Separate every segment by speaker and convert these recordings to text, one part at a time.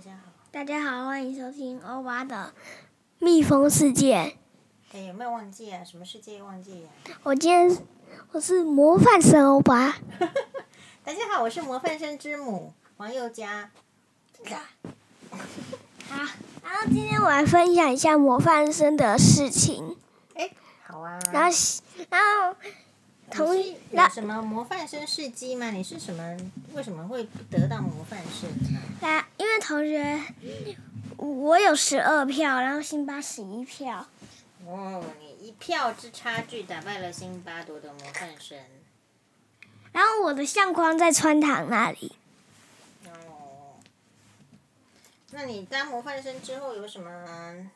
Speaker 1: 家好。
Speaker 2: 大家好，欢迎收听欧巴的《蜜蜂世界
Speaker 1: 哎，有没有忘记啊？什么世界忘记啊？》。
Speaker 2: 我今天我是模范生欧巴，
Speaker 1: 大家好，我是模范生之母王宥嘉。
Speaker 2: 然后今天我来分享一下模范生的事情。
Speaker 1: 好啊。
Speaker 2: 然后，然后同
Speaker 1: 你是有
Speaker 2: 然
Speaker 1: 什么模范生事迹吗？你是什么？为什么会得到模范生呢？
Speaker 2: 来，因为同学我有十二票，然后辛巴十一票，
Speaker 1: 哦，你一票之差距打败了辛巴，夺得模范生。
Speaker 2: 然后我的相框在穿堂那里。
Speaker 1: 哦，那你当模范生之后有什么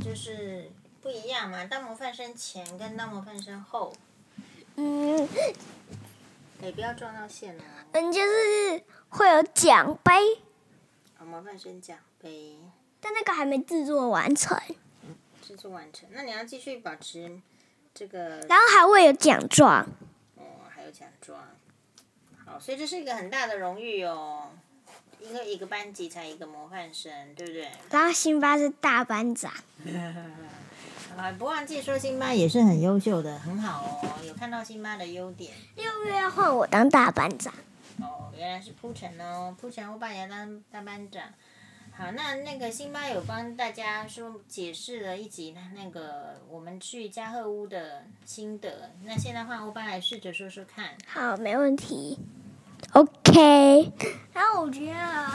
Speaker 1: 就是不一样吗？当模范生前跟当模范生后，
Speaker 2: 嗯
Speaker 1: 哎，不要撞到线哦。
Speaker 2: 嗯，就是会有奖杯，
Speaker 1: 啊，模范生奖杯
Speaker 2: 但那个还没制作完成，
Speaker 1: 制作完成，那你要继续保持这个
Speaker 2: 然后还会有奖状。
Speaker 1: 哦，还有奖状。好，所以这是一个很大的荣誉哦。一个一个班级才一个模范生，对不对？
Speaker 2: 然后辛巴是大班长，
Speaker 1: 啊，不忘记说辛巴也是很优秀的，很好哦，有看到辛巴的优点。
Speaker 2: 六月要换我当大班长。
Speaker 1: 哦，原来是铺陈哦，铺陈欧巴也要当当班长。好，那那个辛巴有帮大家说解释了一集那那个我们去加贺屋的心得，那现在换欧巴来试着说说看。
Speaker 2: 好，没问题。OK。然后我觉得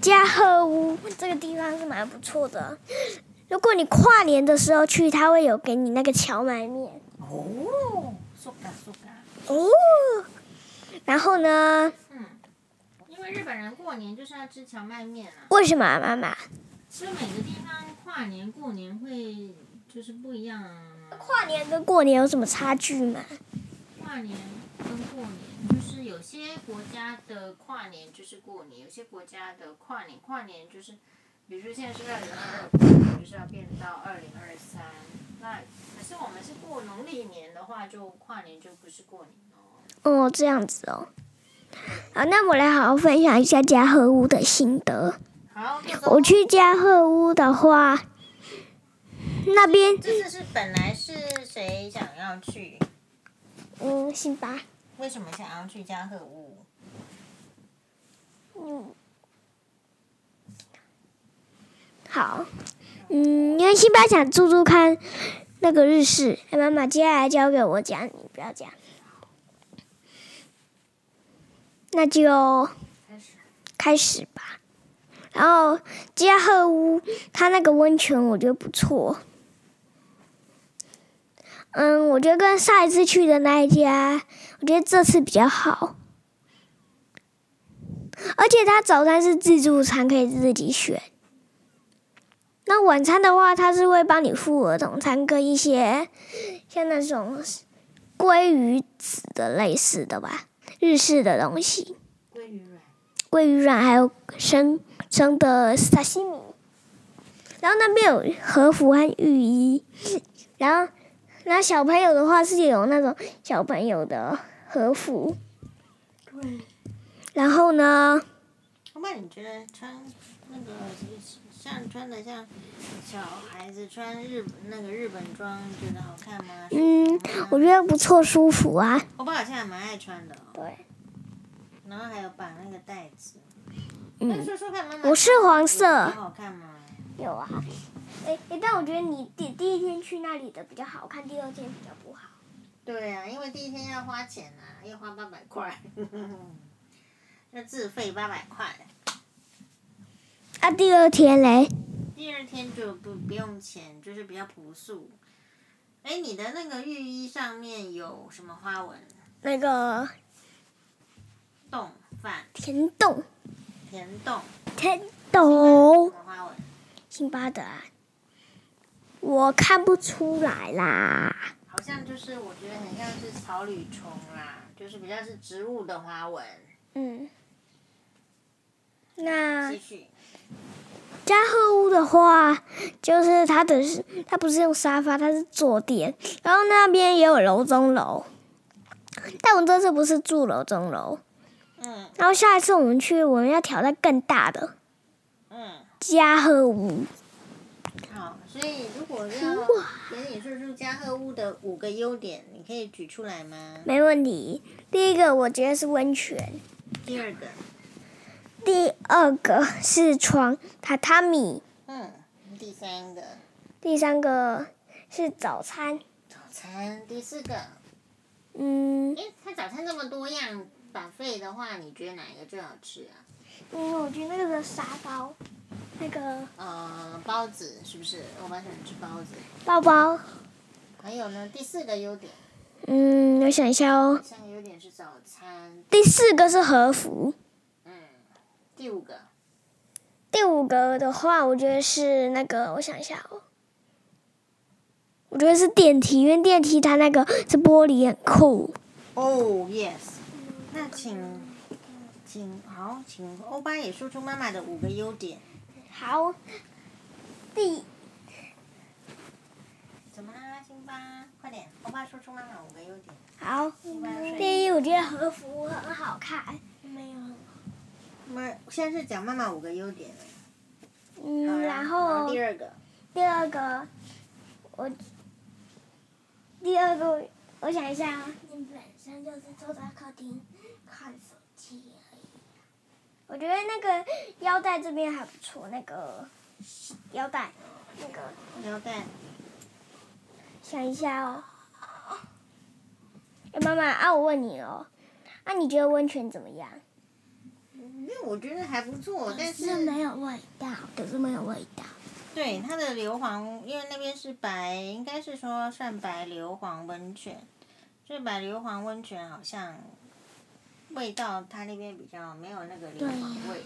Speaker 2: 加贺屋这个地方是蛮不错的，如果你跨年的时候去，他会有给你那个荞麦面
Speaker 1: 哦，说嘎说嘎。
Speaker 2: 哦。然后呢？
Speaker 1: 嗯，因为日本人过年就是要吃荞麦面啊，
Speaker 2: 为什么啊妈妈？
Speaker 1: 所以每个地方跨年过年会就是不一样啊。
Speaker 2: 跨年跟过年有什么差距吗？
Speaker 1: 跨年跟过年，就是有些国家的跨年就是过年，有些国家的跨年跨年就是，比如说现在是二零二二，就是要变到二零二三。那可是我们是过农历年的话，就跨年就不是过年哦。
Speaker 2: 哦，这样子哦。好，那我来好好分享一下加贺屋的心得。
Speaker 1: 好，这
Speaker 2: 我
Speaker 1: 个
Speaker 2: 去加贺屋的话，那边
Speaker 1: 这次是本来是谁想要去？
Speaker 2: 嗯，辛巴，
Speaker 1: 为什么想要去加贺屋？
Speaker 2: 嗯，好，嗯，因为辛巴想住住看那个日式。哎，妈妈，接下来交给我讲，你不要讲。那就
Speaker 1: 开始。
Speaker 2: 开始吧。然后加贺屋，它那个温泉我觉得不错。嗯，我觉得跟上一次去的那一家，我觉得这次比较好。而且它早餐是自助餐，可以自己选。那晚餐的话，它是会帮你付儿童餐跟一些像那种鲑鱼子的类似的吧，日式的东西。
Speaker 1: 鲑鱼软。
Speaker 2: 鲑鱼卵，还有生生的沙西米。然后那边有和服和浴衣，然后然后小朋友的话是有那种小朋友的和服。然后呢，
Speaker 1: 阿妈，哦你觉得穿那个像穿的像小孩子穿日那个日本装，觉得好看吗？
Speaker 2: 嗯，我觉得不错，舒服啊。
Speaker 1: 我爸好像还蛮爱穿的、哦，
Speaker 2: 对，
Speaker 1: 然后还有绑那个带子。那
Speaker 2: 嗯，
Speaker 1: 说说看，妈妈，
Speaker 2: 我是黄色，
Speaker 1: 好看吗？
Speaker 2: 有啊。哎哎，但我觉得你第第一天去那里的比较好看，第二天比较不好。
Speaker 1: 对啊，因为第一天要花钱啊，要花八百块， 要自费八百块。
Speaker 2: 啊，第二天嘞，
Speaker 1: 第二天就不不用钱，就是比较朴素。哎，你的那个浴衣上面有什么花纹？
Speaker 2: 那个
Speaker 1: 冻饭、
Speaker 2: 甜洞
Speaker 1: 甜冻。
Speaker 2: 甜洞。
Speaker 1: 花纹。
Speaker 2: 辛巴的啊，我看不出来啦。
Speaker 1: 好像就是我觉得很像是草履虫啦，就是比较是植物的花纹。
Speaker 2: 嗯，那
Speaker 1: 继续，
Speaker 2: 加贺屋的话，就是它的它不是用沙发，它是坐垫，然后那边也有楼中楼，但我这次不是住楼中楼，
Speaker 1: 嗯
Speaker 2: 然后下一次我们去，我们要挑战更大的，
Speaker 1: 嗯
Speaker 2: 家和屋。
Speaker 1: 好，所以如果要给你说出家和屋的五个优点，你可以举出来吗？
Speaker 2: 没问题。第一个我觉得是温泉，
Speaker 1: 第二个，
Speaker 2: 第二个是床榻榻米，
Speaker 1: 嗯，第三个
Speaker 2: 第三个是早餐。
Speaker 1: 早餐，第四个，
Speaker 2: 嗯，
Speaker 1: 诶，它早餐这么多样，把费的话，你觉得哪一个最好吃啊？
Speaker 2: 嗯，我觉得那个的沙包，那个
Speaker 1: 呃，包子是不是？我蛮喜欢吃包子。
Speaker 2: 包包，
Speaker 1: 还有呢，第四个优点，
Speaker 2: 嗯，我想一下哦
Speaker 1: 第。三个优点是早餐，
Speaker 2: 第四个是和服，
Speaker 1: 嗯，第五个，
Speaker 2: 第五个的话，我觉得是那个，我想一下哦。我觉得是电梯，因为电梯它那个是玻璃，很酷。
Speaker 1: 哦、yes，那请，请好，请欧巴也说出妈妈的五个优点。
Speaker 2: 好，第
Speaker 1: 怎么啦，辛巴？快点，欧巴说出妈妈五个优点。
Speaker 2: 好，
Speaker 1: 辛巴睡。
Speaker 2: 第一，我觉得和服很好看。没有。
Speaker 1: 妈，现在是讲妈妈五个优点。好
Speaker 2: 嗯，
Speaker 1: 啦
Speaker 2: 然后
Speaker 1: 第二个，
Speaker 2: 第二个，我第二个，我想一下啊。
Speaker 3: 你本身就是坐在客厅看手机而已。
Speaker 2: 我觉得那个腰带这边还不错，那个腰带，那个
Speaker 1: 腰带。
Speaker 2: 想一下哦。哎，妈妈啊，我问你哦，啊，你觉得温泉怎么样？
Speaker 1: 因为我觉得还不
Speaker 2: 哦
Speaker 1: 错，但
Speaker 3: 可
Speaker 1: 是
Speaker 3: 有味道，可是没有味道。
Speaker 1: 对它的硫磺，因为那边是白，应该是说算白硫磺温泉，所以白硫磺温泉好像味道它那边比较没有那个硫磺味，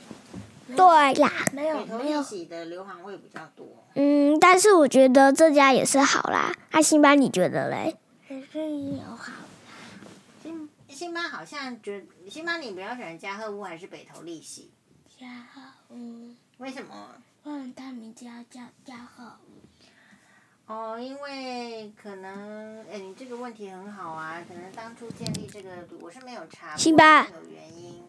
Speaker 2: 对啦，
Speaker 3: 没
Speaker 1: 北投一起的硫磺味比较多。
Speaker 2: 嗯，但是我觉得这家也是好啦。啊，辛巴，你觉得嘞？
Speaker 3: 可是有好。
Speaker 1: 辛辛巴好像觉得，辛巴你比较喜欢加贺屋还是北投利息？
Speaker 3: 家嗯和屋，
Speaker 1: 为什么？
Speaker 3: 问他名叫叫家和屋。
Speaker 1: 哦，因为可能，哎，你这个问题很好啊，可能当初建立这个，我是没有查过，
Speaker 2: 辛巴
Speaker 1: 有原因。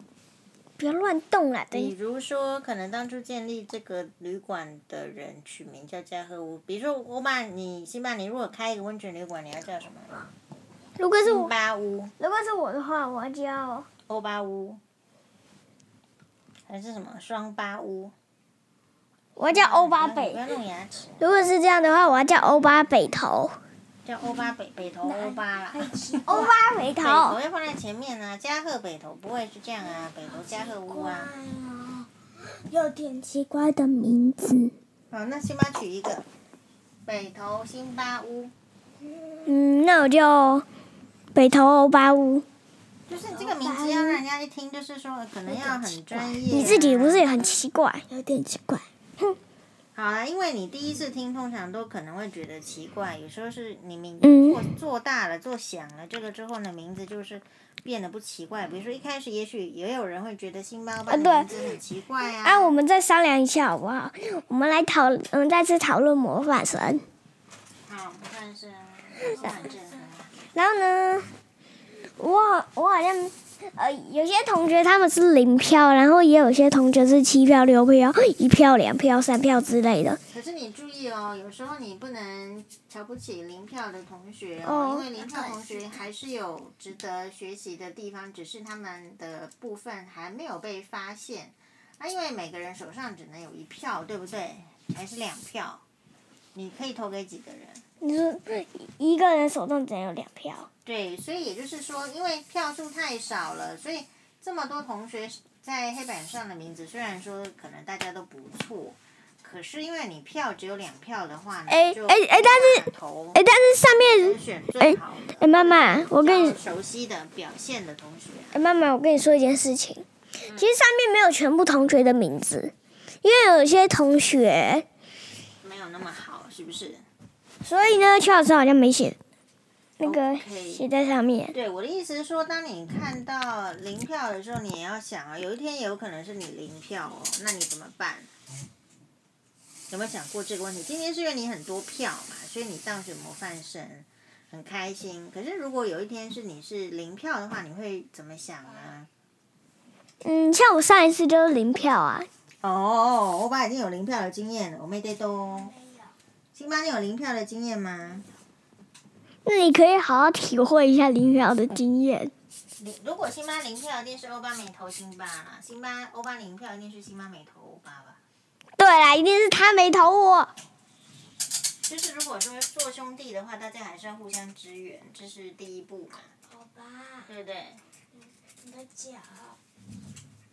Speaker 2: 不要乱动啦，
Speaker 1: 比
Speaker 2: 等
Speaker 1: 如说，可能当初建立这个旅馆的人取名叫家和屋。比如说，欧巴，你辛巴，你如果开一个温泉旅馆，你要叫什么？
Speaker 2: 嗯如果是我
Speaker 1: 辛，巴屋、
Speaker 2: 如果是我的话，我要叫
Speaker 1: 欧巴屋，还是什么双巴屋？
Speaker 2: 我要叫欧巴
Speaker 1: 哎不
Speaker 2: 北。
Speaker 1: 要弄牙齿，
Speaker 2: 如果是这样的话，我要叫欧巴北头，
Speaker 1: 叫欧巴北北头欧巴 啦。
Speaker 2: 欧巴北
Speaker 1: 北
Speaker 2: 头
Speaker 1: 头。要放在前面啊，加贺北头不会是这样啊，北头加贺屋
Speaker 3: 怪
Speaker 1: 啊。
Speaker 3: 哦，有点奇怪的名字。
Speaker 1: 好，那辛巴取一个北头辛巴屋，
Speaker 2: 嗯，那我就北头欧巴屋。
Speaker 1: 就是这个名字要让人家一听，就是说可能要很专业、啊
Speaker 2: 你自己不是？也很奇怪？
Speaker 3: 有点奇怪。
Speaker 1: 好了，因为你第一次听，通常都可能会觉得奇怪，有时候是你名
Speaker 2: 嗯
Speaker 1: 做做大了、做响了这个之后呢，名字就是变得不奇怪。比如说一开始也许也有人会觉得辛巴巴的
Speaker 2: 啊
Speaker 1: 名字很奇怪啊。
Speaker 2: 啊，我们再商量一下好不好？我们来讨，嗯，再次讨论模范生。
Speaker 1: 好，不算是啊，不算是啊
Speaker 2: 然后呢，我好我好像，呃，有些同学他们是零票，然后也有些同学是七票、六票、一票、两票、三票之类的。
Speaker 1: 可是你注意哦，有时候你不能瞧不起零票的同学
Speaker 2: 哦
Speaker 1: 哦，因为零票同学还是有值得学习的地方，只是他们的部分还没有被发现。那、因为每个人手上只能有一票，对不对？还是两票？你可以投给几个人？
Speaker 2: 你说一个人手上只能有两票，
Speaker 1: 对，所以也就是说，因为票数太少了，所以这么多同学在黑板上的名字，虽然说可能大家都不错，可是因为你票只有两票的话呢，
Speaker 2: 哎
Speaker 1: 就
Speaker 2: 哎哎但
Speaker 1: 是投
Speaker 2: 哎，但是上面，
Speaker 1: 选最好的，
Speaker 2: 哎，妈妈，我跟你
Speaker 1: 比较，熟悉的表现的同学，
Speaker 2: 哎，妈妈，我跟你说一件事情，其实上面没有全部同学的名字，因为有些同学，
Speaker 1: 没有那么好，是不是？
Speaker 2: 所以呢，邱老师好像没写那个
Speaker 1: OK
Speaker 2: 写在上面。
Speaker 1: 对，我的意思是说，当你看到零票的时候，你也要想啊，有一天有可能是你零票哦，那你怎么办？有没有想过这个问题？今天是因为你很多票嘛，所以你当选模范生，很开心。可是如果有一天是你是零票的话，你会怎么想呢？
Speaker 2: 嗯，像我上一次就是零票啊，
Speaker 1: 哦，欧巴已经有零票的经验了，我没得多。
Speaker 3: 没有，
Speaker 1: 辛巴，你有零票的经验吗？
Speaker 2: 那你可以好好体会一下林瑶的经验。
Speaker 1: 零，如果辛巴零票，一定是欧巴没投辛巴啦。辛巴欧巴零票，一定是辛巴没投欧巴吧？
Speaker 2: 对啦，一定是他没投我。
Speaker 1: 就是如果说做兄弟的话，大家还是要互相支援，这是第一步嘛，
Speaker 3: 好吧，
Speaker 1: 对不对？
Speaker 3: 你的脚，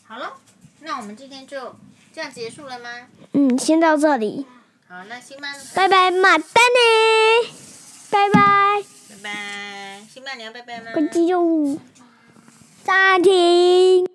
Speaker 1: 好了，那我们今天就这样结束了吗？
Speaker 2: 嗯，先到这里，
Speaker 1: 好，那辛巴，
Speaker 2: 拜拜，马丹尼，拜拜，
Speaker 1: 拜拜。辛巴，你要拜拜吗？
Speaker 2: 关机就暂停。